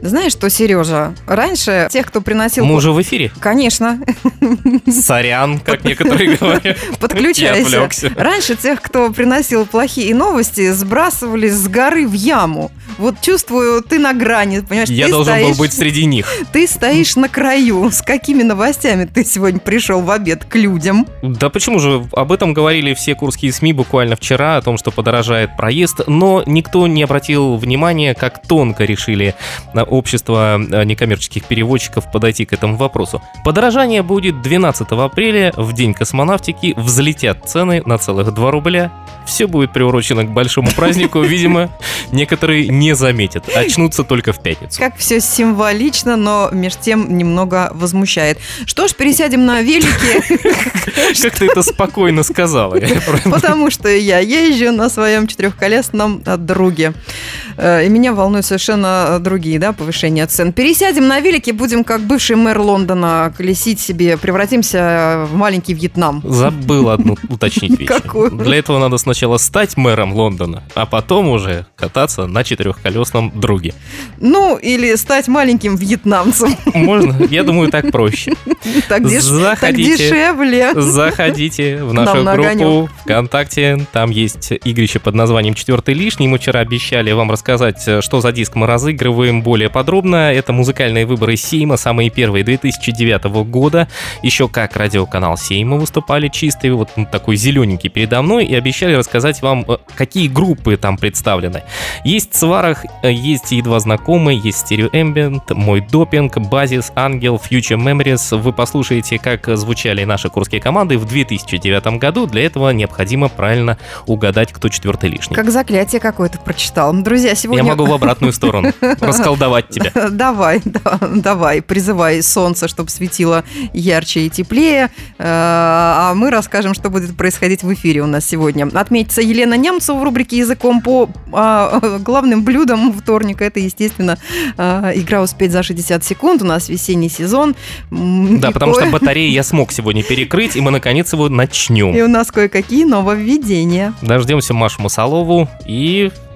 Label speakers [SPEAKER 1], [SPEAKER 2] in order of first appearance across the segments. [SPEAKER 1] Знаешь что, Сережа, раньше тех, кто приносил...
[SPEAKER 2] Мы уже в эфире.
[SPEAKER 1] Конечно,
[SPEAKER 2] Сорян, как некоторые говорят. Я
[SPEAKER 1] подключайся.
[SPEAKER 2] отвлекся.
[SPEAKER 1] Раньше тех, кто приносил плохие новости, сбрасывали с горы в яму. Вот чувствую, ты на грани, понимаешь?
[SPEAKER 2] Я
[SPEAKER 1] ты
[SPEAKER 2] должен
[SPEAKER 1] стоишь,
[SPEAKER 2] был быть среди них.
[SPEAKER 1] Ты стоишь на краю. С какими новостями ты сегодня пришел в обед к людям?
[SPEAKER 2] Да почему же? Об этом говорили все курские СМИ буквально вчера, о том, что подорожает проезд, но никто не обратил внимания, как тонко решили на общество э, некоммерческих переводчиков подойти к этому вопросу. Подорожание будет 12 апреля, в день космонавтики взлетят цены на целых 2 рубля. Все будет приурочено к большому празднику, видимо, некоторые не заметят, очнутся только в пятницу.
[SPEAKER 1] Как все символично, но меж тем немного возмущает. Что ж, пересядем на велики,
[SPEAKER 2] Как ты это спокойно сказала? Я просто-
[SPEAKER 1] потому что я езжу на своем четырехколесном э, друге. Э, И меня волнуют совершенно э, другие, да, повышения цен. Пересядем на велики, будем как бывший мэр Лондона колесить себе, превратимся э, в маленький Вьетнам.
[SPEAKER 2] Забыл одну уточнить вещь.
[SPEAKER 1] Какую?
[SPEAKER 2] Для этого надо сначала стать мэром Лондона, а потом уже кататься на четырехколесном друге.
[SPEAKER 1] Ну, или стать маленьким вьетнамцем.
[SPEAKER 2] Можно? Я думаю, так проще.
[SPEAKER 1] Так, деш- так
[SPEAKER 2] Заходите.
[SPEAKER 1] дешевле.
[SPEAKER 2] Заходите в
[SPEAKER 1] Нам
[SPEAKER 2] нашу
[SPEAKER 1] на
[SPEAKER 2] группу
[SPEAKER 1] огонек.
[SPEAKER 2] ВКонтакте. Там есть игрище под названием «Четвертый лишний». Мы вчера обещали вам рассказать, э, что за диск мы разыгрываем более подробно. Это музыкальные выборы Сейма, самые первые 2009 года. Еще как радиоканал Сейма выступали чистые, вот ну, такой зелененький передо мной, и обещали рассказать вам, э, какие группы там представлены. Есть Сварах, э, есть Едва знакомые, есть Стерео Эмбиент, Мой допинг, Базис, Ангел, Future Memories. Вы послушаете, как звучали наши курские команды в 2009 году. Для этого необходимо правильно угадать, кто четвертый лишний.
[SPEAKER 1] Как заклятие какое-то прочитал. Друзья, сегодня...
[SPEAKER 2] Я могу в обратную сторону расколдовать тебя.
[SPEAKER 1] Давай, да, давай, призывай солнце, чтобы светило ярче и теплее. Э, А мы расскажем, что будет происходить в эфире у нас сегодня. Отметится Елена Немцева в рубрике «Языком по а, главным блюдам» вторника. Это, естественно, а, игра «Успеть за 60 секунд». У нас весенний сезон. М,
[SPEAKER 2] Да,
[SPEAKER 1] и
[SPEAKER 2] потому
[SPEAKER 1] кое-
[SPEAKER 2] что батареи я смог сегодня перекрыть, и мы наконец его
[SPEAKER 1] И
[SPEAKER 2] начнем.
[SPEAKER 1] у нас кое-какие нововведения.
[SPEAKER 2] Дождемся Машу Масолову и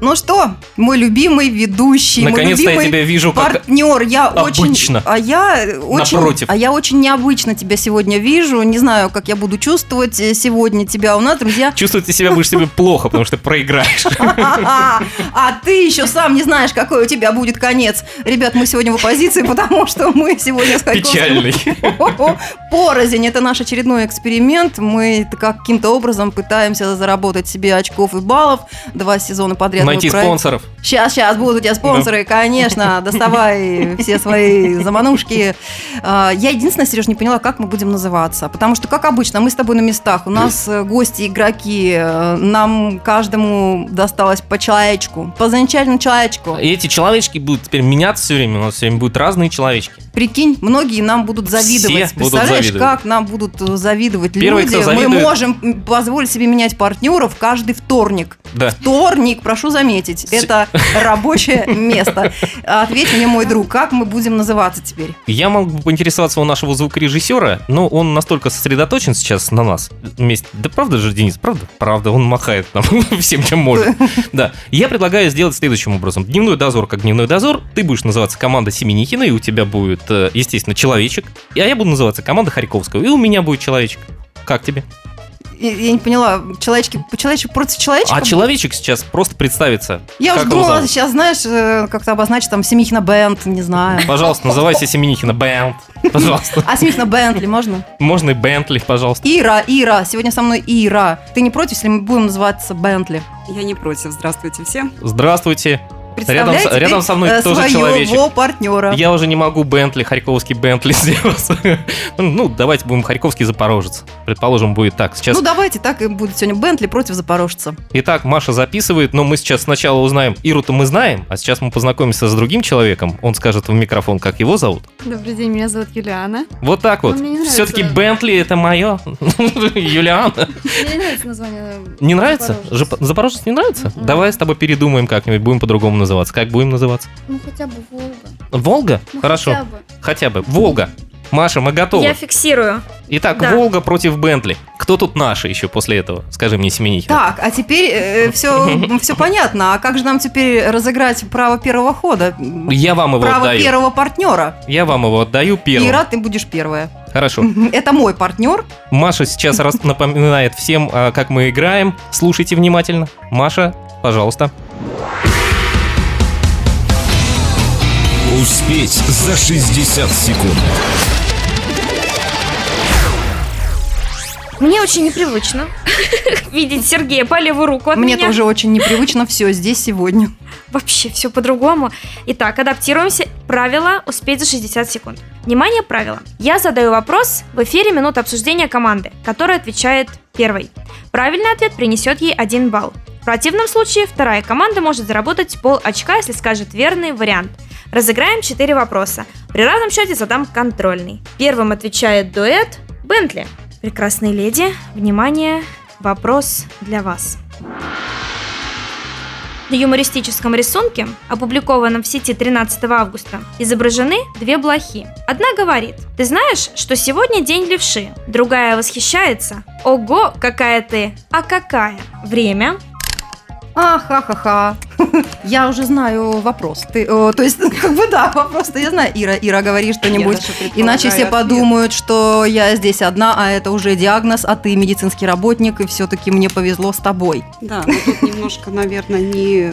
[SPEAKER 1] Ну что, мой любимый ведущий,
[SPEAKER 2] Наконец-то
[SPEAKER 1] мой
[SPEAKER 2] я
[SPEAKER 1] любимый
[SPEAKER 2] тебя вижу как
[SPEAKER 1] партнер. Я
[SPEAKER 2] обычно.
[SPEAKER 1] очень, а я очень,
[SPEAKER 2] Напротив.
[SPEAKER 1] а я очень необычно тебя сегодня вижу. Не знаю, как я буду чувствовать э, сегодня тебя. У нас, друзья,
[SPEAKER 2] Чувствуете себя будешь себе плохо, потому что проиграешь.
[SPEAKER 1] а а ты еще сам не знаешь, какой у тебя будет конец. Ребят, мы сегодня в оппозиции, потому что мы сегодня с Харьковским-
[SPEAKER 2] Печальный.
[SPEAKER 1] О-о-о. Порознь – это наш очередной эксперимент. Мы каким-то образом пытаемся заработать себе очков и баллов. Два сезона подряд.
[SPEAKER 2] Найти
[SPEAKER 1] спонсор.
[SPEAKER 2] спонсоров.
[SPEAKER 1] Сейчас, сейчас будут у тебя спонсоры, конечно, доставай все свои заманушки. А, Я единственное, Сереж, не поняла, как мы будем называться, потому что, как обычно, мы с тобой на местах, у нас э, гости, игроки, э, нам каждому досталось по человечку, по замечательному человечку.
[SPEAKER 2] И эти человечки будут теперь меняться все время. У нас все время будут разные человечки.
[SPEAKER 1] Прикинь, многие нам будут завидовать.
[SPEAKER 2] Все будут
[SPEAKER 1] Представляешь,
[SPEAKER 2] завидовать.
[SPEAKER 1] как нам будут э, завидовать
[SPEAKER 2] Первый,
[SPEAKER 1] люди?
[SPEAKER 2] кто
[SPEAKER 1] Мы
[SPEAKER 2] завидует-
[SPEAKER 1] можем м, позволить себе менять партнеров каждый вторник.
[SPEAKER 2] Да.
[SPEAKER 1] Вторник, прошу заметить, это рабочее место. Ответь мне, мой друг, как мы будем называться теперь?
[SPEAKER 2] Я могу поинтересоваться у нашего звукорежиссера, но он настолько сосредоточен сейчас на нас вместе. Да правда же, Денис, правда? Правда, он махает нам всем, чем может. Да. Я предлагаю сделать следующим образом. Дневной дозор как дневной дозор. Ты будешь называться команда Семенихина, и у тебя будет, э, естественно, человечек. И- А я буду называться команда Харьковского, и у меня будет человечек. Как тебе?
[SPEAKER 1] Я, я не поняла, человечки, человечек против человечка?
[SPEAKER 2] А человечек сейчас просто представится.
[SPEAKER 1] я
[SPEAKER 2] Как
[SPEAKER 1] уже
[SPEAKER 2] его
[SPEAKER 1] думала,
[SPEAKER 2] зовут?
[SPEAKER 1] сейчас, знаешь, э, как-то обозначить там Семихина Бенд, не знаю.
[SPEAKER 2] Пожалуйста, называйся Семенихина Бент. Пожалуйста.
[SPEAKER 1] А Семихина Бентли можно?
[SPEAKER 2] Можно и Бентли, пожалуйста.
[SPEAKER 1] Ира, Ира, сегодня со мной Ира. Ты не против, если мы будем называться Бентли?
[SPEAKER 3] Я не против. Здравствуйте всем.
[SPEAKER 2] Здравствуйте. Рядом, с-
[SPEAKER 1] Представляете
[SPEAKER 2] рядом со мной
[SPEAKER 1] э,
[SPEAKER 2] тоже человечек.
[SPEAKER 1] своего партнера.
[SPEAKER 2] Я уже не могу Бентли, Харьковский Бентли сделать. Ну, давайте будем Харьковский Запорожец. Предположим, будет так. Сейчас
[SPEAKER 1] Ну, давайте так и будет сегодня. Бентли против запорожца.
[SPEAKER 2] Итак, Маша записывает, но мы сейчас сначала узнаем. Иру-то мы знаем, а сейчас мы познакомимся с другим человеком. Он скажет в микрофон, как его зовут.
[SPEAKER 3] Добрый день, меня зовут Юлиана.
[SPEAKER 2] Вот так вот.
[SPEAKER 3] Ну, мне не нравится.
[SPEAKER 2] Все-таки Бентли это мое. Юлиан.
[SPEAKER 3] Мне не нравится название.
[SPEAKER 2] Не нравится?
[SPEAKER 3] Запорожец.
[SPEAKER 2] Жап- Запорожец не нравится?
[SPEAKER 3] Мгм.
[SPEAKER 2] Давай с тобой передумаем как-нибудь, будем по-другому называться. Как будем называться?
[SPEAKER 3] Ну хотя бы Волга.
[SPEAKER 2] Волга?
[SPEAKER 3] Ну,
[SPEAKER 2] Хорошо.
[SPEAKER 3] хотя бы.
[SPEAKER 2] Хотя бы. Волга. Маша, мы
[SPEAKER 4] Я
[SPEAKER 2] готовы.
[SPEAKER 4] фиксирую.
[SPEAKER 2] Итак,
[SPEAKER 4] да.
[SPEAKER 2] Волга против Бентли. Кто тут наши еще после этого? Скажи мне, Семенихин.
[SPEAKER 1] Так, а теперь все, все понятно. А как же нам теперь разыграть право первого хода?
[SPEAKER 2] Я вам его
[SPEAKER 1] право
[SPEAKER 2] отдаю.
[SPEAKER 1] первого партнера.
[SPEAKER 2] Я вам его отдаю первым.
[SPEAKER 1] Ира, ты будешь первая.
[SPEAKER 2] Хорошо.
[SPEAKER 1] Это мой партнер.
[SPEAKER 2] Маша сейчас раз напоминает всем, а, как мы играем. Слушайте внимательно. Маша, пожалуйста.
[SPEAKER 5] Успеть за 60 секунд.
[SPEAKER 4] Мне очень непривычно видеть Сергея по левую руку от
[SPEAKER 1] Мне
[SPEAKER 4] меня.
[SPEAKER 1] тоже очень непривычно все здесь сегодня.
[SPEAKER 4] Вообще все по-другому. Итак, адаптируемся. Правило успеть за 60 секунд. Внимание, правило. Я задаю вопрос в эфире минут обсуждения команды, которая отвечает первой. Правильный ответ принесет ей один балл. В противном случае вторая команда может заработать пол очка, если скажет верный вариант. Разыграем 4 вопроса. При равном счете задам контрольный. Первым отвечает дуэт Бентли. Прекрасные леди, внимание, вопрос для вас. На юмористическом рисунке, опубликованном в сети 13 августа, изображены две блохи. Одна говорит, ты знаешь, что сегодня день левши? Другая восхищается, ого, какая ты, а какая? Время.
[SPEAKER 1] А, ха-ха-ха. Я уже знаю вопрос. Ты, о, то есть, как бы да, вопрос-то я знаю. Ира, Ира, говори
[SPEAKER 3] Я
[SPEAKER 1] что-нибудь.
[SPEAKER 3] даже предполагаю
[SPEAKER 1] Иначе все
[SPEAKER 3] ответ.
[SPEAKER 1] подумают, что я здесь одна, а это уже диагноз, а ты медицинский работник, и все-таки мне повезло с тобой.
[SPEAKER 6] Да, но тут немножко, наверное, не э,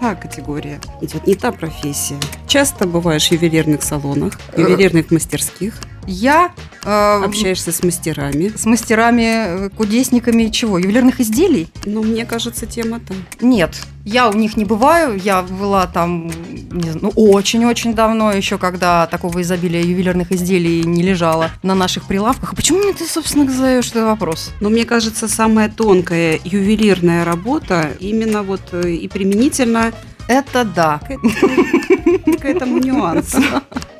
[SPEAKER 6] та категория идет, не та профессия. Часто бываешь в ювелирных салонах, в ювелирных мастерских,
[SPEAKER 1] Я э,
[SPEAKER 6] общаешься с мастерами.
[SPEAKER 1] с мастерами, э, кудесниками чего? Ювелирных изделий?
[SPEAKER 6] Но мне кажется, тема там.
[SPEAKER 1] Нет, я у них не бываю. Я была там, не знаю, ну, очень-очень давно, еще когда такого изобилия ювелирных изделий не лежало на наших прилавках. А почему мне ты, собственно, задаешь этот вопрос?
[SPEAKER 6] Но мне кажется, самая тонкая ювелирная работа именно вот э, и применительно
[SPEAKER 1] Это да.
[SPEAKER 6] к эт- к этому нюансу.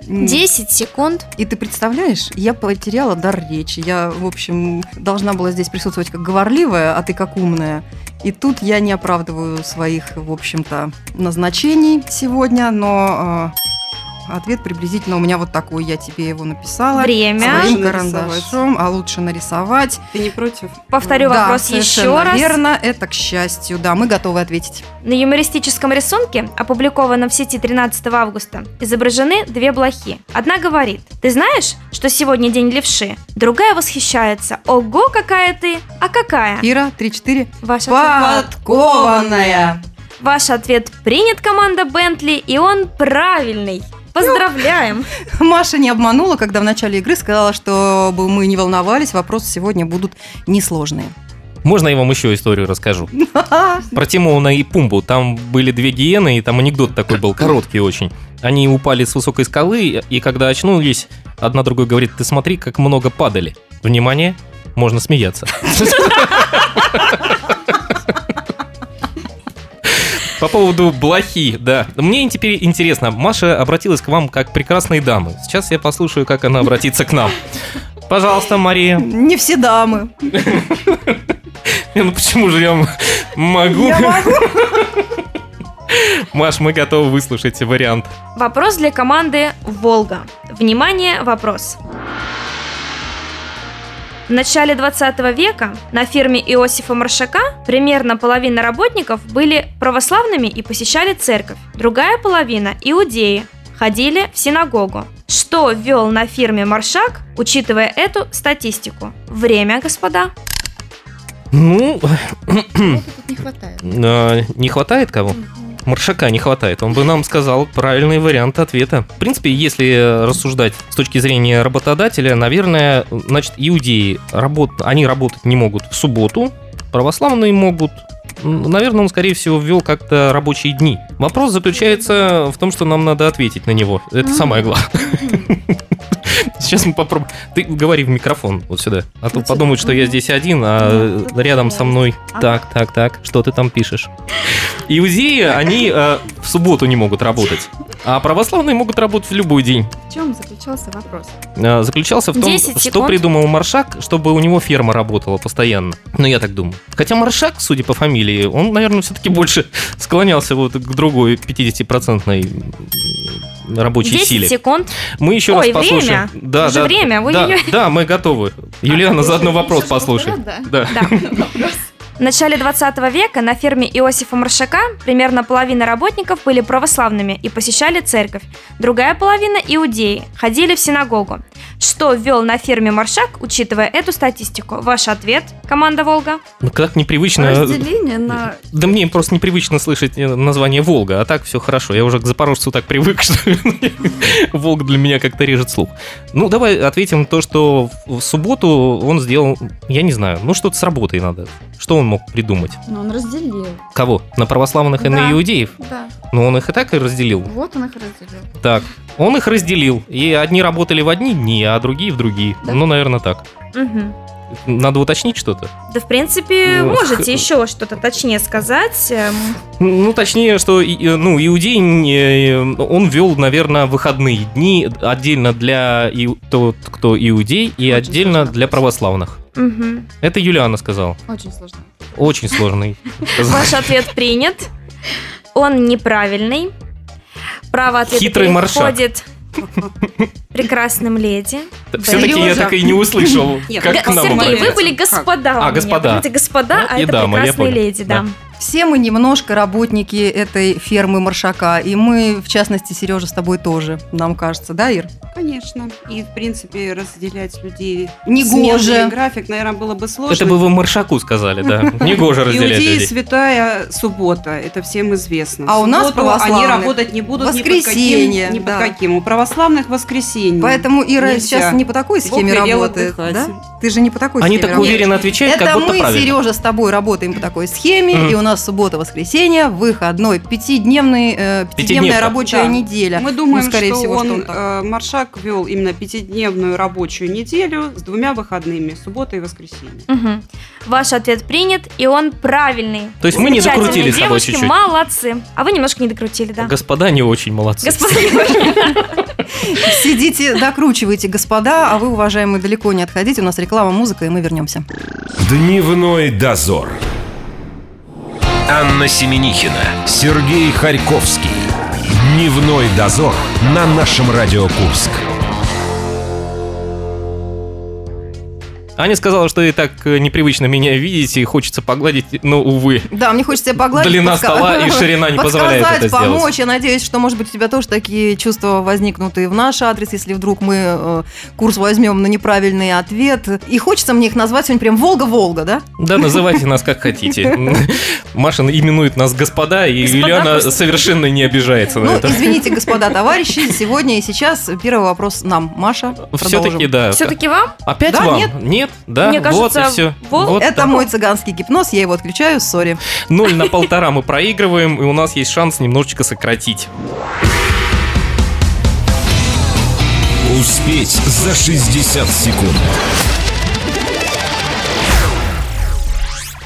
[SPEAKER 4] 10 секунд.
[SPEAKER 1] И ты представляешь, я потеряла дар речи. Я, в общем, должна была здесь присутствовать как говорливая, а ты как умная. И тут я не оправдываю своих, в общем-то, назначений сегодня, но э, ответ приблизительно у меня вот такой. Я тебе его написала.
[SPEAKER 4] Время.
[SPEAKER 1] Своим
[SPEAKER 6] Лучше нарисовать.
[SPEAKER 1] карандашом, а лучше нарисовать.
[SPEAKER 6] Ты не против?
[SPEAKER 4] Повторю
[SPEAKER 1] Да,
[SPEAKER 4] вопрос
[SPEAKER 1] совершенно
[SPEAKER 4] еще раз.
[SPEAKER 1] Верно, это к счастью. Да, мы готовы ответить.
[SPEAKER 4] На юмористическом рисунке, опубликованном в сети 13 августа, изображены две блохи. Одна говорит, ты знаешь, что сегодня день левши? Другая восхищается, ого, какая ты, а какая?
[SPEAKER 1] Ира, 3-4.
[SPEAKER 4] Ваш ответ,
[SPEAKER 1] Подкованная.
[SPEAKER 4] ваш ответ принят, команда Бентли, и он правильный. Поздравляем!
[SPEAKER 1] Маша не обманула, когда в начале игры сказала, чтобы мы не волновались, вопросы сегодня будут несложные.
[SPEAKER 2] Можно я вам еще историю расскажу?
[SPEAKER 6] А,
[SPEAKER 2] Про Тимона и Пумбу. Там были две гиены, и там анекдот такой был, короткий очень. Они упали с высокой скалы, и когда очнулись, одна другой говорит, ты смотри, как много падали. Внимание, можно смеяться. По поводу блохи, да. Мне теперь интересно, Маша обратилась к вам как прекрасной дамы. Сейчас я послушаю, как она обратится к нам. Пожалуйста, Мария.
[SPEAKER 1] Не все дамы.
[SPEAKER 2] Ну почему же я м- могу?
[SPEAKER 1] Я могу.
[SPEAKER 2] Маш, мы готовы выслушать вариант.
[SPEAKER 4] Вопрос для команды «Волга». Внимание, вопрос. В начале 20 века на фирме Иосифа Маршака примерно половина работников были православными и посещали церковь, другая половина – иудеи, ходили в синагогу. Что ввел на фирме Маршак, учитывая эту статистику? Время, господа.
[SPEAKER 2] Ну,
[SPEAKER 3] Тут не хватает.
[SPEAKER 2] э, не хватает кого? Маршака не хватает. Он бы нам сказал правильный вариант ответа. В принципе, если рассуждать с точки зрения работодателя, наверное, значит, иудеи работ... они работать не могут в субботу, православные могут, М, Наверное, он, скорее всего, ввел как-то рабочие дни. Вопрос заключается в том, что нам надо ответить на него. Это
[SPEAKER 3] Мгм.
[SPEAKER 2] самое главное. Сейчас мы попробуем. Ты говори в микрофон вот сюда. А то
[SPEAKER 3] Вот сюда.
[SPEAKER 2] подумают, что я здесь один, а
[SPEAKER 3] Да.
[SPEAKER 2] рядом со мной.
[SPEAKER 4] Ага.
[SPEAKER 2] Так, так, так. Что ты там пишешь? Иудеи, они э, в субботу не могут работать. А православные могут работать в любой день.
[SPEAKER 3] В чем заключался вопрос?
[SPEAKER 2] Э, Заключался в том,
[SPEAKER 4] 10
[SPEAKER 2] что
[SPEAKER 4] секунд.
[SPEAKER 2] придумал Маршак, чтобы у него ферма работала постоянно. Ну, я так думаю. Хотя Маршак, судя по фамилии, он, наверное, все-таки больше склонялся вот к другой 50-процентной м, рабочей
[SPEAKER 4] 10
[SPEAKER 2] силе.
[SPEAKER 4] секунд.
[SPEAKER 2] Мы еще
[SPEAKER 4] Ой,
[SPEAKER 2] раз послушаем.
[SPEAKER 4] время.
[SPEAKER 2] Да,
[SPEAKER 4] Уже
[SPEAKER 2] да,
[SPEAKER 4] время. Ой,
[SPEAKER 2] да,
[SPEAKER 4] ой, ой.
[SPEAKER 2] да, мы готовы. Юлиана, заодно вопрос послушай. Да.
[SPEAKER 4] Да. В начале 20 века на ферме Иосифа Маршака примерно половина работников были православными и посещали церковь, другая половина – иудеи, ходили в синагогу. Что ввел на ферме Маршак, учитывая эту статистику? Ваш ответ, команда «Волга»?
[SPEAKER 2] Ну, как непривычно.
[SPEAKER 3] Разделение на...
[SPEAKER 2] Да мне просто непривычно слышать э, название Волга, а так все хорошо. Я уже к Запорожцу так привык, что Волга для меня как-то режет слух. Ну, давай ответим то, что в в субботу он сделал, я не знаю, ну что-то с работой надо. Что он мог придумать?
[SPEAKER 3] Ну, он разделил.
[SPEAKER 2] Кого? На православных и
[SPEAKER 3] Да.
[SPEAKER 2] на иудеев?
[SPEAKER 3] Да.
[SPEAKER 2] Ну, он их и так и разделил.
[SPEAKER 3] Вот он их разделил.
[SPEAKER 2] Так, он их разделил. И одни работали в одни дни, а другие в другие.
[SPEAKER 3] Да.
[SPEAKER 2] Ну, наверное, так.
[SPEAKER 4] Мгм.
[SPEAKER 2] Надо уточнить что-то?
[SPEAKER 4] Да, в принципе,
[SPEAKER 2] Ну, х-
[SPEAKER 4] можете еще что-то точнее сказать. Эм,
[SPEAKER 2] Ну, точнее, что и- э, ну, иудей, э, он вел, наверное, выходные дни отдельно для и- тот, кто иудей, и
[SPEAKER 3] Очень
[SPEAKER 2] отдельно
[SPEAKER 3] сложно.
[SPEAKER 2] для православных.
[SPEAKER 4] мгм.
[SPEAKER 2] Это Юлиана сказала.
[SPEAKER 3] Очень сложно.
[SPEAKER 2] Очень сложный.
[SPEAKER 4] Ваш ответ принят. Он неправильный. Право ответа
[SPEAKER 2] Хитрый Маршак.
[SPEAKER 4] переходит прекрасным леди.
[SPEAKER 2] Все-таки я
[SPEAKER 6] Сережа.
[SPEAKER 2] так и не услышал,
[SPEAKER 6] Нет,
[SPEAKER 2] как
[SPEAKER 4] Га-
[SPEAKER 2] к нам
[SPEAKER 4] Сергей, вы
[SPEAKER 2] обратиться. А,
[SPEAKER 4] были господа. у меня.
[SPEAKER 2] господа.
[SPEAKER 4] Вы говорите, господа,
[SPEAKER 2] Ну,
[SPEAKER 4] а
[SPEAKER 2] и
[SPEAKER 4] это
[SPEAKER 2] дамы, я
[SPEAKER 4] прекрасные
[SPEAKER 2] понял.
[SPEAKER 4] леди, да.
[SPEAKER 2] Да.
[SPEAKER 1] Все мы немножко работники этой фермы Маршака. И мы, в частности, Сережа, с тобой тоже, нам кажется, да, Ир?
[SPEAKER 6] Конечно. И, в принципе, разделять людей.
[SPEAKER 1] Негоже.
[SPEAKER 6] Сменный график, наверное, было бы сложно.
[SPEAKER 2] Это бы вы Маршаку сказали, да. Негоже разделять
[SPEAKER 6] Иудеи
[SPEAKER 2] людей.
[SPEAKER 6] святая суббота, это всем известно. В
[SPEAKER 1] А у нас
[SPEAKER 6] субботу они
[SPEAKER 1] православных
[SPEAKER 6] работать не будут
[SPEAKER 1] воскресенье,
[SPEAKER 6] ни под каким, ни под
[SPEAKER 1] да.
[SPEAKER 6] каким. У православных воскресенье.
[SPEAKER 1] Поэтому Ира
[SPEAKER 6] Ну, Нельзя.
[SPEAKER 1] сейчас не по такой
[SPEAKER 6] Бог
[SPEAKER 1] схеме
[SPEAKER 6] велел
[SPEAKER 1] работает.
[SPEAKER 6] отдыхать.
[SPEAKER 1] Да? Ты же не по такой
[SPEAKER 2] Они
[SPEAKER 1] схеме
[SPEAKER 2] так
[SPEAKER 1] работаешь.
[SPEAKER 2] уверенно отвечают,
[SPEAKER 1] Это
[SPEAKER 2] как будто
[SPEAKER 1] мы,
[SPEAKER 2] правильно.
[SPEAKER 1] Сережа, с тобой работаем по такой схеме,
[SPEAKER 2] Мгм.
[SPEAKER 1] и у нас суббота-воскресенье, выходной, пятидневный, э, пятидневная
[SPEAKER 2] Пятидневка.
[SPEAKER 1] рабочая
[SPEAKER 6] Да.
[SPEAKER 1] неделя.
[SPEAKER 6] Мы думаем,
[SPEAKER 1] Ну, скорее
[SPEAKER 6] что,
[SPEAKER 1] всего,
[SPEAKER 6] он,
[SPEAKER 1] что он так.
[SPEAKER 6] э, Маршак вел именно пятидневную рабочую неделю с двумя выходными, суббота и воскресенье.
[SPEAKER 4] Мгм. Ваш ответ принят, и он правильный.
[SPEAKER 2] То есть мы не
[SPEAKER 4] Замечательные
[SPEAKER 2] докрутили с тобой
[SPEAKER 4] девушки,
[SPEAKER 2] чуть-чуть.
[SPEAKER 4] молодцы. А вы немножко не докрутили, да.
[SPEAKER 2] Господа не очень молодцы.
[SPEAKER 4] Господа, девушки.
[SPEAKER 1] Сидите, докручивайте, господа, а вы, уважаемые, далеко не отходите. У нас реклама, музыка, и мы вернемся.
[SPEAKER 5] Дневной дозор. Анна Семенихина, Сергей Харьковский. Дневной дозор на нашем Радио Курск.
[SPEAKER 2] Аня сказала, что и так э, непривычно меня видеть и хочется погладить, но, увы.
[SPEAKER 1] Да, мне хочется тебя погладить.
[SPEAKER 2] Длина
[SPEAKER 1] подска-
[SPEAKER 2] стола и ширина не позволяет
[SPEAKER 1] подсказать,
[SPEAKER 2] это
[SPEAKER 1] помочь.
[SPEAKER 2] сделать.
[SPEAKER 1] Я надеюсь, что, может быть, у тебя тоже такие чувства возникнут и в наш адрес, если вдруг мы э, курс возьмем на неправильный ответ. И хочется мне их назвать сегодня прям «Волга-Волга», да?
[SPEAKER 2] Да, называйте нас как хотите. Маша именует нас господа, и
[SPEAKER 4] Господа
[SPEAKER 2] Юлиана
[SPEAKER 4] просто-
[SPEAKER 2] совершенно не обижается на
[SPEAKER 1] Ну,
[SPEAKER 2] это.
[SPEAKER 1] извините, господа, товарищи, сегодня и сейчас первый вопрос нам. Маша,
[SPEAKER 2] Все-таки
[SPEAKER 1] продолжим.
[SPEAKER 2] да.
[SPEAKER 4] Все-таки вам?
[SPEAKER 2] Опять
[SPEAKER 1] Да,
[SPEAKER 2] вам?
[SPEAKER 1] нет.
[SPEAKER 2] Нет, да,
[SPEAKER 4] Мне
[SPEAKER 2] вот и
[SPEAKER 4] кажется,
[SPEAKER 2] все.
[SPEAKER 4] вот
[SPEAKER 1] Это мой цыганский гипноз, я его отключаю, сори.
[SPEAKER 2] Ноль на полтора мы проигрываем, и у нас есть шанс немножечко сократить.
[SPEAKER 5] Успеть за 60 секунд.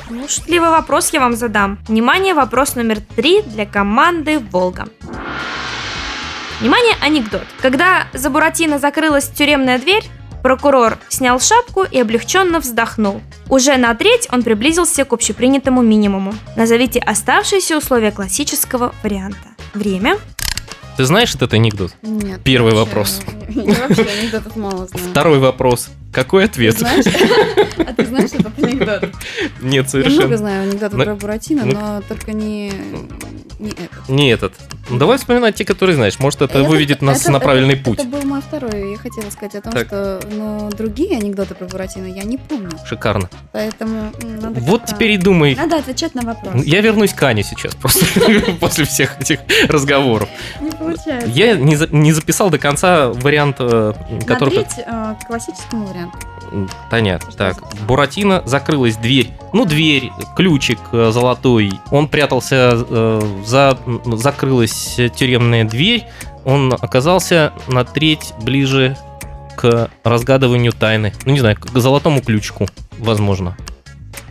[SPEAKER 4] Ну, шутливый вопрос я вам задам. Внимание, вопрос номер три для команды «Волга». Внимание, анекдот. Когда за Буратино закрылась тюремная дверь, прокурор снял шапку и облегченно вздохнул. Уже на треть он приблизился к общепринятому минимуму. Назовите оставшиеся условия классического варианта. Время.
[SPEAKER 2] Ты знаешь этот анекдот?
[SPEAKER 3] Нет.
[SPEAKER 2] Первый
[SPEAKER 3] вообще,
[SPEAKER 2] вопрос.
[SPEAKER 3] Я вообще анекдотов мало знаю.
[SPEAKER 2] Второй вопрос. Какой
[SPEAKER 3] Ты
[SPEAKER 2] ответ?
[SPEAKER 3] знаешь? А ты знаешь этот анекдот?
[SPEAKER 2] Нет,
[SPEAKER 3] Я много
[SPEAKER 2] совершенно.
[SPEAKER 3] знаю анекдотов
[SPEAKER 2] Ну,
[SPEAKER 3] про Буратино,
[SPEAKER 2] ну-
[SPEAKER 3] но только не... не этот.
[SPEAKER 2] Не этот. Ну, Давай вспоминать те, которые знаешь. Может, это выведет нас
[SPEAKER 3] это-
[SPEAKER 2] на правильный
[SPEAKER 3] это-
[SPEAKER 2] путь.
[SPEAKER 3] Это был мой второй. Я хотела сказать о том,
[SPEAKER 2] Так.
[SPEAKER 3] что ну, другие анекдоты про Буратино я не помню.
[SPEAKER 2] Шикарно.
[SPEAKER 3] Поэтому м, надо
[SPEAKER 2] Вот
[SPEAKER 3] как-то-
[SPEAKER 2] теперь и думай.
[SPEAKER 3] Надо отвечать на вопрос.
[SPEAKER 2] Я вернусь к Ане сейчас, просто после всех этих разговоров.
[SPEAKER 3] Не получается.
[SPEAKER 2] Я не, за- не записал до конца вариант, э,
[SPEAKER 3] На
[SPEAKER 2] который...
[SPEAKER 3] треть, э, к классическому варианту.
[SPEAKER 2] М, Таня, так, Буратино, закрылась дверь. Ну, дверь, ключик э, золотой. Он прятался, э, за, м, закрылась э, тюремная дверь. Он оказался на треть ближе к разгадыванию тайны. Ну, не знаю, к золотому ключику, возможно.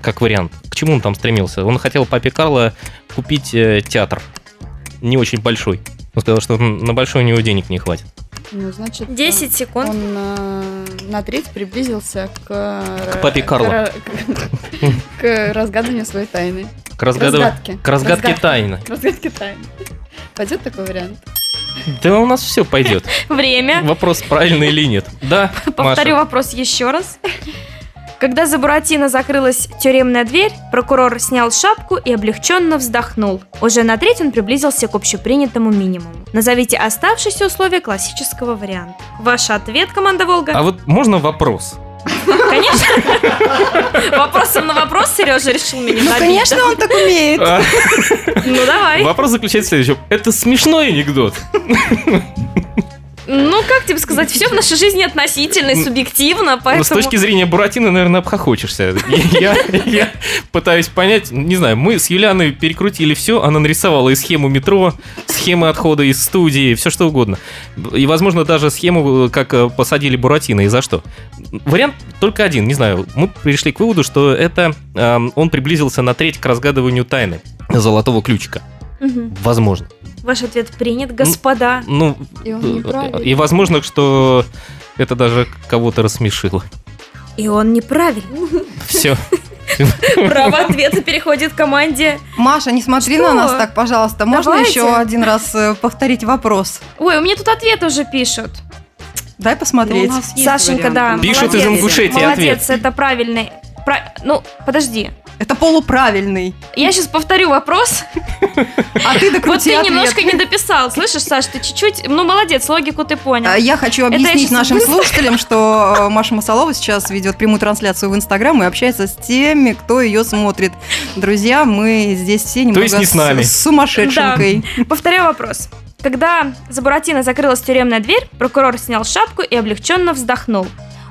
[SPEAKER 2] Как вариант. К чему он там стремился? Он хотел папе Карло купить э, театр. Не очень большой. Он сказал, что м, на большой у него денег не хватит.
[SPEAKER 3] Ну, значит,
[SPEAKER 4] 10 секунд.
[SPEAKER 3] Он э, на треть приблизился к... К
[SPEAKER 2] папе Карло.
[SPEAKER 3] к- К разгадыванию своей тайны.
[SPEAKER 2] К, разгадыва-
[SPEAKER 3] Разгадке.
[SPEAKER 2] к разгадке
[SPEAKER 3] Разгадке.
[SPEAKER 2] тайны.
[SPEAKER 3] К разгадке тайны. Пойдет такой вариант?
[SPEAKER 2] Да у нас все пойдет.
[SPEAKER 4] Время.
[SPEAKER 2] Вопрос, правильно или нет. Да,
[SPEAKER 4] Э? Повторю
[SPEAKER 2] Маша.
[SPEAKER 4] вопрос еще раз. Когда за Буратино закрылась тюремная дверь, прокурор снял шапку и облегченно вздохнул. Уже на треть он приблизился к общепринятому минимуму. Назовите оставшиеся условия классического варианта. Ваш ответ, команда Волга?
[SPEAKER 2] А вот можно вопрос?
[SPEAKER 4] Конечно. Вопросом на вопрос Сережа решил меня
[SPEAKER 1] Ну,
[SPEAKER 4] набить,
[SPEAKER 1] конечно, он так умеет.
[SPEAKER 2] А,
[SPEAKER 4] да? Ну, давай.
[SPEAKER 2] Вопрос заключается в следующем. Это смешной анекдот.
[SPEAKER 4] Ну, как тебе сказать, все в нашей жизни относительно и субъективно,
[SPEAKER 2] Ну, С
[SPEAKER 4] поэтому...
[SPEAKER 2] точки зрения Буратино, наверное, обхохочешься. Я, я пытаюсь понять, не знаю, мы с Юлианой перекрутили все, она нарисовала и схему метро, схемы отхода из студии, все что угодно. И, возможно, даже схему, э, как э, посадили Буратино и за что. Вариант только один, не знаю. Мы пришли к выводу, что это эм, он приблизился на треть к разгадыванию тайны золотого ключика.
[SPEAKER 4] Мгм.
[SPEAKER 2] Возможно.
[SPEAKER 4] Ваш ответ принят, господа.
[SPEAKER 2] Ну,
[SPEAKER 3] И он неправильный.
[SPEAKER 2] и возможно, что это даже кого-то рассмешило.
[SPEAKER 4] И он неправильный.
[SPEAKER 2] Все.
[SPEAKER 4] Право ответа переходит команде.
[SPEAKER 1] Маша, не смотри
[SPEAKER 4] Что?
[SPEAKER 1] на нас так, пожалуйста. Можно
[SPEAKER 4] Давайте.
[SPEAKER 1] еще один раз э, повторить вопрос?
[SPEAKER 4] Ой, у меня тут ответы уже пишут.
[SPEAKER 1] Дай посмотреть.
[SPEAKER 6] Ну, у нас есть
[SPEAKER 4] Сашенька, да.
[SPEAKER 6] варианты.
[SPEAKER 2] Пишут из
[SPEAKER 4] молодец.
[SPEAKER 2] Ингушетии
[SPEAKER 4] Молодец, это правильный. Пра- Ну, подожди.
[SPEAKER 1] Это полуправильный.
[SPEAKER 4] Я сейчас повторю вопрос.
[SPEAKER 1] А ты докрути
[SPEAKER 4] Вот ты
[SPEAKER 1] ответ.
[SPEAKER 4] немножко не дописал, слышишь, Саш, ты чуть-чуть... Ну, молодец, логику ты понял.
[SPEAKER 1] А Я хочу
[SPEAKER 4] я
[SPEAKER 1] объяснить
[SPEAKER 4] щас
[SPEAKER 1] нашим слушателям, что э, Маша Масалова сейчас ведет прямую трансляцию в Инстаграм и общается с теми, кто ее смотрит. Друзья, мы здесь все немного
[SPEAKER 2] есть не с
[SPEAKER 1] с-
[SPEAKER 2] нами.
[SPEAKER 1] с сумасшедшенкой.
[SPEAKER 4] Повторяю вопрос. Когда за Буратино закрылась тюремная дверь, прокурор снял шапку и облегченно вздохнул.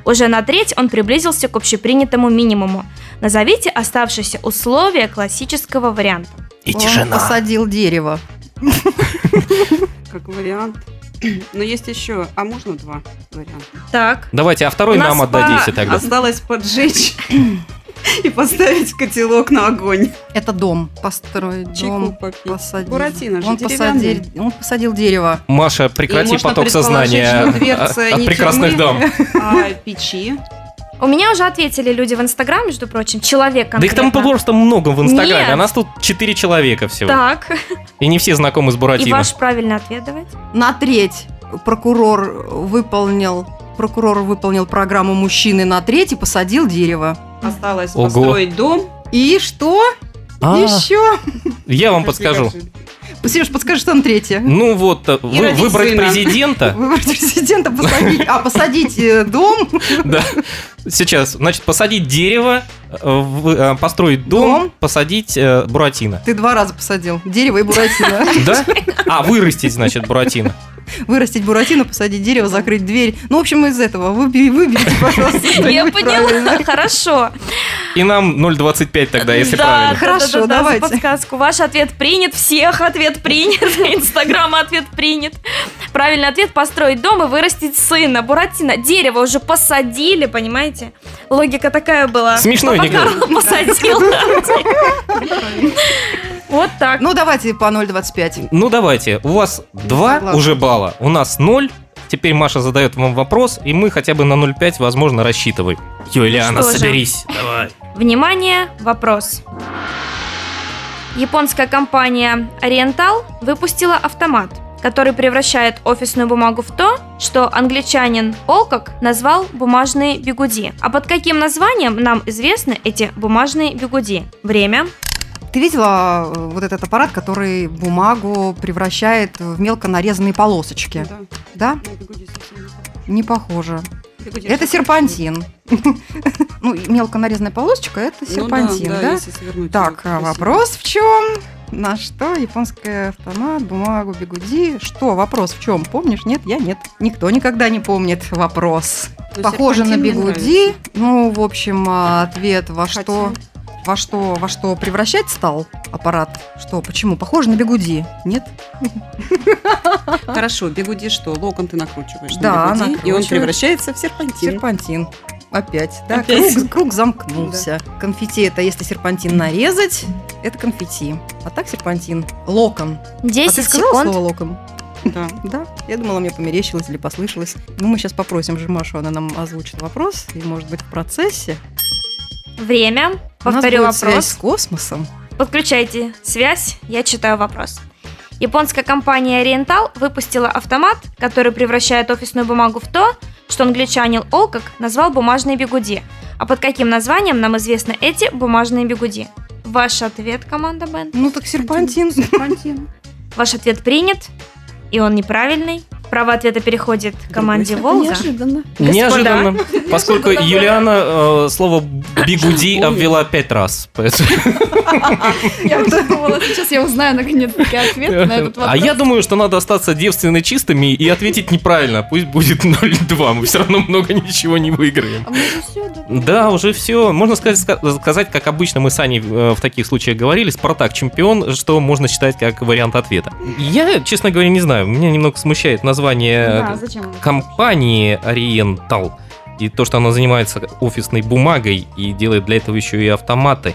[SPEAKER 4] Уже на треть он приблизился к общепринятому минимуму. Назовите оставшиеся условия классического варианта.
[SPEAKER 2] И
[SPEAKER 1] Он посадил дерево.
[SPEAKER 6] Как вариант. Но есть еще, а можно два варианта? А,
[SPEAKER 4] Так.
[SPEAKER 2] Давайте, а второй
[SPEAKER 4] У нас
[SPEAKER 2] нам отдадите
[SPEAKER 4] по-
[SPEAKER 2] тогда.
[SPEAKER 6] Осталось поджечь и поставить котелок на огонь.
[SPEAKER 1] Это дом. Построить
[SPEAKER 6] Чайку
[SPEAKER 1] дом.
[SPEAKER 6] попить.
[SPEAKER 1] Посадил.
[SPEAKER 6] Буратино же
[SPEAKER 1] он,
[SPEAKER 6] деревянный.
[SPEAKER 1] посадил, он посадил дерево.
[SPEAKER 2] Маша, прекрати
[SPEAKER 6] можно
[SPEAKER 2] поток
[SPEAKER 6] предположить,
[SPEAKER 2] сознания
[SPEAKER 6] что дверца
[SPEAKER 2] от- от
[SPEAKER 6] не
[SPEAKER 2] прекрасных дам.
[SPEAKER 6] тюрьмы. А печи?
[SPEAKER 4] У меня уже ответили люди в Инстаграм, между прочим, человек
[SPEAKER 2] Да их там
[SPEAKER 4] конкретно.
[SPEAKER 2] просто много в Инстаграме,
[SPEAKER 4] Нет.
[SPEAKER 2] а нас тут 4 человека всего.
[SPEAKER 4] Так,
[SPEAKER 2] И не все знакомы с
[SPEAKER 4] и
[SPEAKER 2] Буратино.
[SPEAKER 4] ваш правильный ответ давайте.
[SPEAKER 1] На треть прокурор выполнил прокурор выполнил программу мужчины на треть и посадил дерево.
[SPEAKER 6] Осталось
[SPEAKER 2] Ого.
[SPEAKER 6] построить дом.
[SPEAKER 1] И что?
[SPEAKER 2] А,
[SPEAKER 1] Еще?
[SPEAKER 2] Я вам подскажу.
[SPEAKER 1] Сереж, подскажи, что на третье?
[SPEAKER 2] Ну вот, э, вы-
[SPEAKER 6] родить
[SPEAKER 2] выбрать
[SPEAKER 6] сына.
[SPEAKER 2] президента.
[SPEAKER 1] Выбрать президента, посадить, а посадить э, дом,
[SPEAKER 2] Да. Сейчас, значит, посадить дерево, э, в- э, построить дом,
[SPEAKER 1] Дом.
[SPEAKER 2] посадить э, Буратино.
[SPEAKER 1] ты два раза посадил. Дерево и буратино.
[SPEAKER 2] Да? А, вырастить, значит, Буратино.
[SPEAKER 1] Вырастить буратино, посадить дерево, закрыть дверь. Ну, в общем, из этого. Выбери- Выберите, пожалуйста.
[SPEAKER 4] Я
[SPEAKER 1] что-нибудь правильное.
[SPEAKER 4] поняла, хорошо.
[SPEAKER 2] И нам 0,25 тогда, если
[SPEAKER 4] да,
[SPEAKER 2] правильно.
[SPEAKER 4] да, да,
[SPEAKER 1] Хорошо,
[SPEAKER 4] да, да,
[SPEAKER 1] давайте.
[SPEAKER 4] За подсказку. Ваш ответ принят, всех ответ принят, Инстаграм ответ принят. Правильный ответ – построить дом и вырастить сына. Буратино, дерево уже посадили, понимаете? Логика такая была.
[SPEAKER 2] Смешной
[SPEAKER 4] Папа
[SPEAKER 2] анекдот.
[SPEAKER 4] Карло посадил. Вот так.
[SPEAKER 1] Ну, давайте по 0,25.
[SPEAKER 2] Ну давайте, у вас два
[SPEAKER 1] Согласна.
[SPEAKER 2] уже балла, у нас 0. Теперь Маша задает вам вопрос, и мы хотя бы на 0,5, возможно, рассчитываем. Юлиана,
[SPEAKER 4] что же.
[SPEAKER 2] соберись. Давай.
[SPEAKER 4] Внимание, вопрос. Японская компания Oriental выпустила автомат, который превращает офисную бумагу в то, что англичанин Олкок назвал бумажные бигуди. А под каким названием нам известны эти бумажные бигуди? Время.
[SPEAKER 1] Ты видела э, вот этот аппарат, который бумагу превращает в мелко нарезанные полосочки?
[SPEAKER 6] Да.
[SPEAKER 1] Да?
[SPEAKER 6] Ну, бигуди совсем не так.
[SPEAKER 1] Не похоже.
[SPEAKER 6] Бигуди
[SPEAKER 1] Это
[SPEAKER 6] совсем
[SPEAKER 1] серпантин. Ну, и мелко нарезанная полосочка – это
[SPEAKER 6] не так. Ну
[SPEAKER 1] серпантин, да?
[SPEAKER 6] если свернуть его
[SPEAKER 1] Так, а
[SPEAKER 6] красиво.
[SPEAKER 1] вопрос в чем? На что? Японский автомат, бумагу, бигуди. Что? Вопрос в чем? Помнишь? Нет, я нет. Никто никогда не помнит вопрос.
[SPEAKER 6] Ну,
[SPEAKER 1] Похоже на
[SPEAKER 6] серпантин мне нравится.
[SPEAKER 1] бигуди. Ну, в общем, а, ответ во
[SPEAKER 6] Хотя-
[SPEAKER 1] что... Во что, во что превращать стал аппарат? Что, почему? Похоже на бигуди. Нет?
[SPEAKER 6] Хорошо, бигуди что? Локон ты накручиваешь
[SPEAKER 1] Да,
[SPEAKER 6] на бигуди, и он
[SPEAKER 1] накручиваешь.
[SPEAKER 6] превращается в серпантин.
[SPEAKER 1] Серпантин. Опять, да,
[SPEAKER 6] Опять.
[SPEAKER 1] Круг, круг замкнулся. Конфетти это если серпантин нарезать, это конфетти. А так серпантин. Локон. А
[SPEAKER 4] 10
[SPEAKER 1] ты сказала
[SPEAKER 4] секунд.
[SPEAKER 1] слово локон?
[SPEAKER 6] Да.
[SPEAKER 1] Да, я думала, мне померещилось или послышалось. Ну, мы сейчас попросим же Машу, она нам озвучит вопрос, и, может быть, в процессе.
[SPEAKER 4] Время.
[SPEAKER 1] у нас
[SPEAKER 4] Повторю
[SPEAKER 1] будет связь
[SPEAKER 4] вопрос.
[SPEAKER 1] с космосом.
[SPEAKER 4] Подключайте связь, я читаю вопрос. Японская компания Oriental выпустила автомат, который превращает офисную бумагу в то, что англичанин Олкок назвал бумажные бигуди. А под каким названием нам известны эти бумажные бигуди? Ваш ответ, команда Бен.
[SPEAKER 1] Ну, так серпантин.
[SPEAKER 3] Серпантин.
[SPEAKER 4] Ваш ответ принят, и он неправильный. Право ответа переходит к команде
[SPEAKER 6] Это
[SPEAKER 4] Волга.
[SPEAKER 3] Неожиданно.
[SPEAKER 2] Неожиданно, поскольку Юлиана э, слово «бигуди»
[SPEAKER 6] Помню.
[SPEAKER 2] обвела пять раз. поэтому-
[SPEAKER 3] Я уже думала, сейчас я узнаю наконец-таки ответ на этот вопрос.
[SPEAKER 2] А я думаю, что надо остаться девственно чистыми и ответить неправильно. Пусть будет 0-2, мы все равно много ничего не выиграем.
[SPEAKER 3] А мы же всё, да?
[SPEAKER 2] Да, уже все. Можно сказать, ска- сказать, как обычно мы с Аней э, в таких случаях говорили, Спартак чемпион, что можно считать как вариант ответа. Я, честно говоря, не знаю. Меня немного смущает название
[SPEAKER 3] Да, зачем? вы?
[SPEAKER 2] компании Oriental и то, что она занимается офисной бумагой и делает для этого еще и автоматы.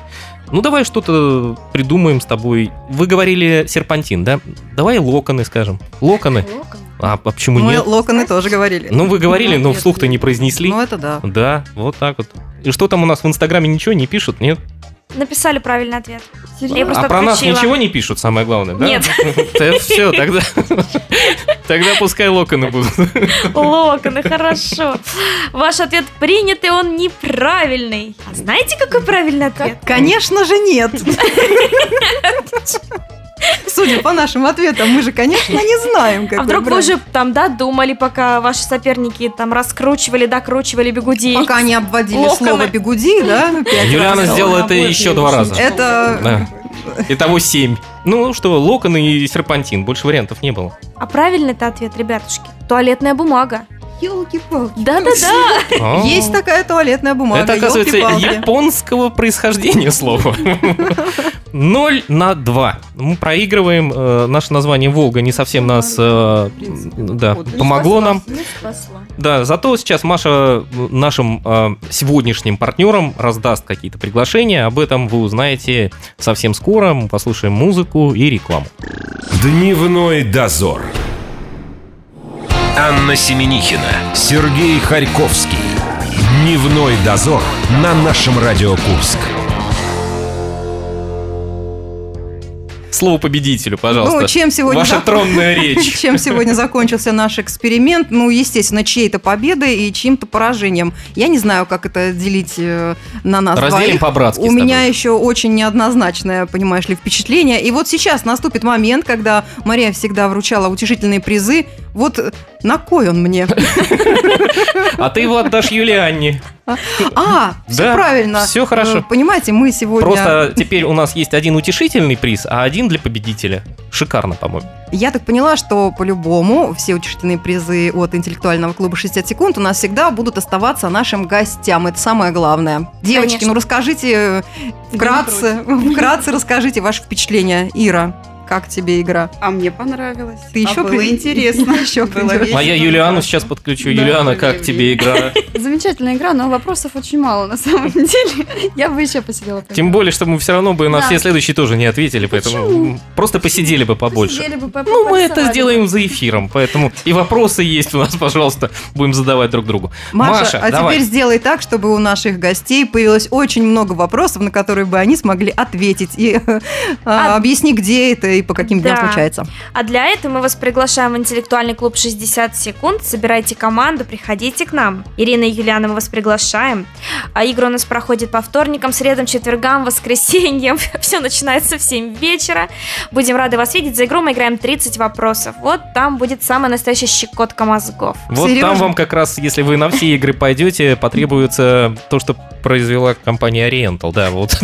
[SPEAKER 2] Ну давай что-то придумаем с тобой. Вы говорили серпантин, да? Давай локоны скажем. Локоны.
[SPEAKER 3] Локон.
[SPEAKER 2] А, а почему
[SPEAKER 1] Мы
[SPEAKER 2] нет?
[SPEAKER 1] локоны тоже говорили.
[SPEAKER 2] Ну вы говорили, но вслух-то не произнесли.
[SPEAKER 1] Ну, это да.
[SPEAKER 2] Да, вот так вот. И что там у нас в Инстаграме ничего не пишут, нет?
[SPEAKER 4] Написали правильный ответ. Я
[SPEAKER 3] Серьезно?
[SPEAKER 4] просто
[SPEAKER 2] а про нас
[SPEAKER 4] отключила.
[SPEAKER 2] ничего не пишут, самое главное, да?
[SPEAKER 4] Нет.
[SPEAKER 2] Все, тогда... Тогда пускай локоны будут.
[SPEAKER 4] Локоны, хорошо. Ваш ответ принят, и он неправильный. А знаете, какой правильный ответ? А
[SPEAKER 1] Конечно же, нет. Судя по нашим ответам, мы же, конечно, не знаем, как
[SPEAKER 4] А вдруг вы уже там, да, думали, пока ваши соперники там раскручивали, докручивали бигуди?
[SPEAKER 1] Пока они обводили
[SPEAKER 4] Локоны.
[SPEAKER 1] слово «бигуди», да? пять
[SPEAKER 2] Юлиана
[SPEAKER 1] раз.
[SPEAKER 2] сделала это еще два раза.
[SPEAKER 1] Это...
[SPEAKER 2] Да. Итого 7. Ну что, локоны и серпантин. Больше вариантов не было.
[SPEAKER 4] А правильный-то ответ, ребятушки, туалетная бумага.
[SPEAKER 6] Елки-палки.
[SPEAKER 4] Да-да-да.
[SPEAKER 2] А.
[SPEAKER 1] Есть такая туалетная бумага.
[SPEAKER 2] Это, оказывается,
[SPEAKER 1] ёлки-палки.
[SPEAKER 2] японского происхождения слово. 0 на 2. Мы проигрываем. Э, Наше название «Волга» не совсем
[SPEAKER 1] Ну,
[SPEAKER 2] нас э,
[SPEAKER 6] принципе,
[SPEAKER 2] да,
[SPEAKER 6] походу.
[SPEAKER 2] помогло нам.
[SPEAKER 3] Не спасла.
[SPEAKER 2] Да, зато сейчас Маша э, нашим э, сегодняшним партнерам раздаст какие-то приглашения. Об этом вы узнаете совсем скоро. Мы послушаем музыку и рекламу.
[SPEAKER 5] Дневной дозор. Анна Семенихина, Сергей Харьковский. Дневной дозор на нашем Радио Курск.
[SPEAKER 2] Слово победителю, пожалуйста.
[SPEAKER 1] Ну, чем сегодня...
[SPEAKER 2] Ваша
[SPEAKER 1] зак-
[SPEAKER 2] тронная речь.
[SPEAKER 1] Чем сегодня закончился наш эксперимент? Ну, естественно, чьей-то победой и чьим-то поражением. Я не знаю, как это делить э, на нас
[SPEAKER 2] Разделим
[SPEAKER 1] двоих.
[SPEAKER 2] по-братски.
[SPEAKER 1] У
[SPEAKER 2] с тобой.
[SPEAKER 1] меня еще очень неоднозначное, понимаешь ли, впечатление. И вот сейчас наступит момент, когда Мария всегда вручала утешительные призы. Вот э, на кой он мне?
[SPEAKER 2] А ты его отдашь Юлианне.
[SPEAKER 1] А, все
[SPEAKER 2] Да,
[SPEAKER 1] правильно.
[SPEAKER 2] всё хорошо.
[SPEAKER 1] Э, Понимаете, мы сегодня...
[SPEAKER 2] Просто теперь у нас есть один утешительный приз, а один для победителя. Шикарно, по-моему.
[SPEAKER 1] Я так поняла, что по-любому все утешительные призы от интеллектуального клуба 60 секунд у нас всегда будут оставаться нашим гостям. Это самое главное. Девочки,
[SPEAKER 4] Конечно.
[SPEAKER 1] ну расскажите э, вкратце, вкратце расскажите ваши впечатления. Ира, как тебе игра?
[SPEAKER 6] А мне понравилось.
[SPEAKER 1] Ты
[SPEAKER 6] а
[SPEAKER 1] еще
[SPEAKER 6] было
[SPEAKER 1] при-
[SPEAKER 6] интересно.
[SPEAKER 1] Еще
[SPEAKER 6] Было
[SPEAKER 1] придёшь.
[SPEAKER 6] весело.
[SPEAKER 2] А я Юлиану сейчас подключу.
[SPEAKER 6] Да,
[SPEAKER 2] Юлиана, как
[SPEAKER 6] Юлия.
[SPEAKER 2] тебе игра?
[SPEAKER 3] Замечательная игра, но вопросов очень мало на самом деле. Я бы еще посидела.
[SPEAKER 2] Тем более, что мы все равно бы на
[SPEAKER 3] Да.
[SPEAKER 2] все следующие тоже не ответили, поэтому м, просто посидели бы побольше.
[SPEAKER 3] Посидели бы, по-
[SPEAKER 2] Ну, мы это
[SPEAKER 3] порисовали.
[SPEAKER 2] сделаем за эфиром, поэтому и вопросы есть у нас, пожалуйста, будем задавать друг другу.
[SPEAKER 1] Маша,
[SPEAKER 2] Маша,
[SPEAKER 1] а
[SPEAKER 2] давай.
[SPEAKER 1] теперь сделай так, чтобы у наших гостей появилось очень много вопросов, на которые бы они смогли ответить. И э,
[SPEAKER 4] А-
[SPEAKER 1] объясни, где это и по каким дням
[SPEAKER 4] Да.
[SPEAKER 1] случается.
[SPEAKER 4] А для этого мы вас приглашаем в интеллектуальный клуб 60 секунд. Собирайте команду, приходите к нам. Ирина и Юлиана, мы вас приглашаем. А игры у нас проходят по вторникам, средам, четвергам, воскресеньям. Все начинается в 7 вечера. Будем рады вас видеть. За игру мы играем 30 вопросов. Вот там будет самая настоящая щекотка мозгов.
[SPEAKER 2] Вот
[SPEAKER 1] Серьёзно?
[SPEAKER 2] там вам как раз, если вы на все игры пойдете, потребуется то, что произвела компания Oriental, да, вот.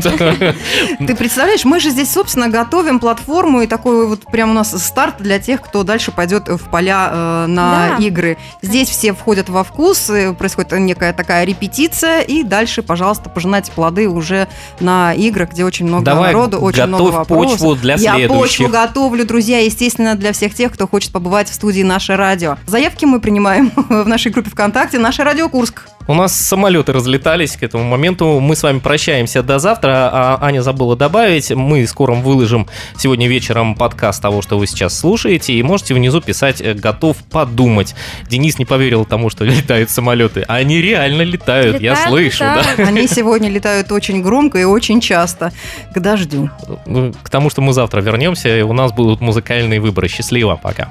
[SPEAKER 1] Ты представляешь, мы же здесь, собственно, готовим платформу, и такой вот прям у нас старт для тех, кто дальше пойдет в поля э, на
[SPEAKER 4] Да.
[SPEAKER 1] игры. Здесь все входят во вкус, э, происходит некая такая репетиция, и дальше, пожалуйста, пожинайте плоды уже на играх, где очень много
[SPEAKER 2] Давай,
[SPEAKER 1] Ну, народу, очень много
[SPEAKER 2] готовь
[SPEAKER 1] вопросов.
[SPEAKER 2] почву для
[SPEAKER 1] Я почву
[SPEAKER 2] следующих.
[SPEAKER 1] готовлю, друзья, естественно, для всех тех, кто хочет побывать в студии «Наше радио». Заявки мы принимаем в нашей группе ВКонтакте «Наше радио Курск».
[SPEAKER 2] У нас самолеты разлетались к этому моменту. Мы с вами прощаемся до завтра. А Аня забыла добавить. Мы скоро выложим сегодня вечером подкаст того, что вы сейчас слушаете. И можете внизу писать э, «Готов подумать». Денис не поверил тому, что летают самолеты. А Они реально летают, я
[SPEAKER 4] Летают,
[SPEAKER 2] слышу. Да.
[SPEAKER 4] летают.
[SPEAKER 1] Они сегодня летают очень громко и очень часто. К дождю.
[SPEAKER 2] Ну, К тому, что мы завтра вернемся, и у нас будут музыкальные выборы. Счастливо, пока.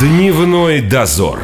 [SPEAKER 5] Дневной дозор.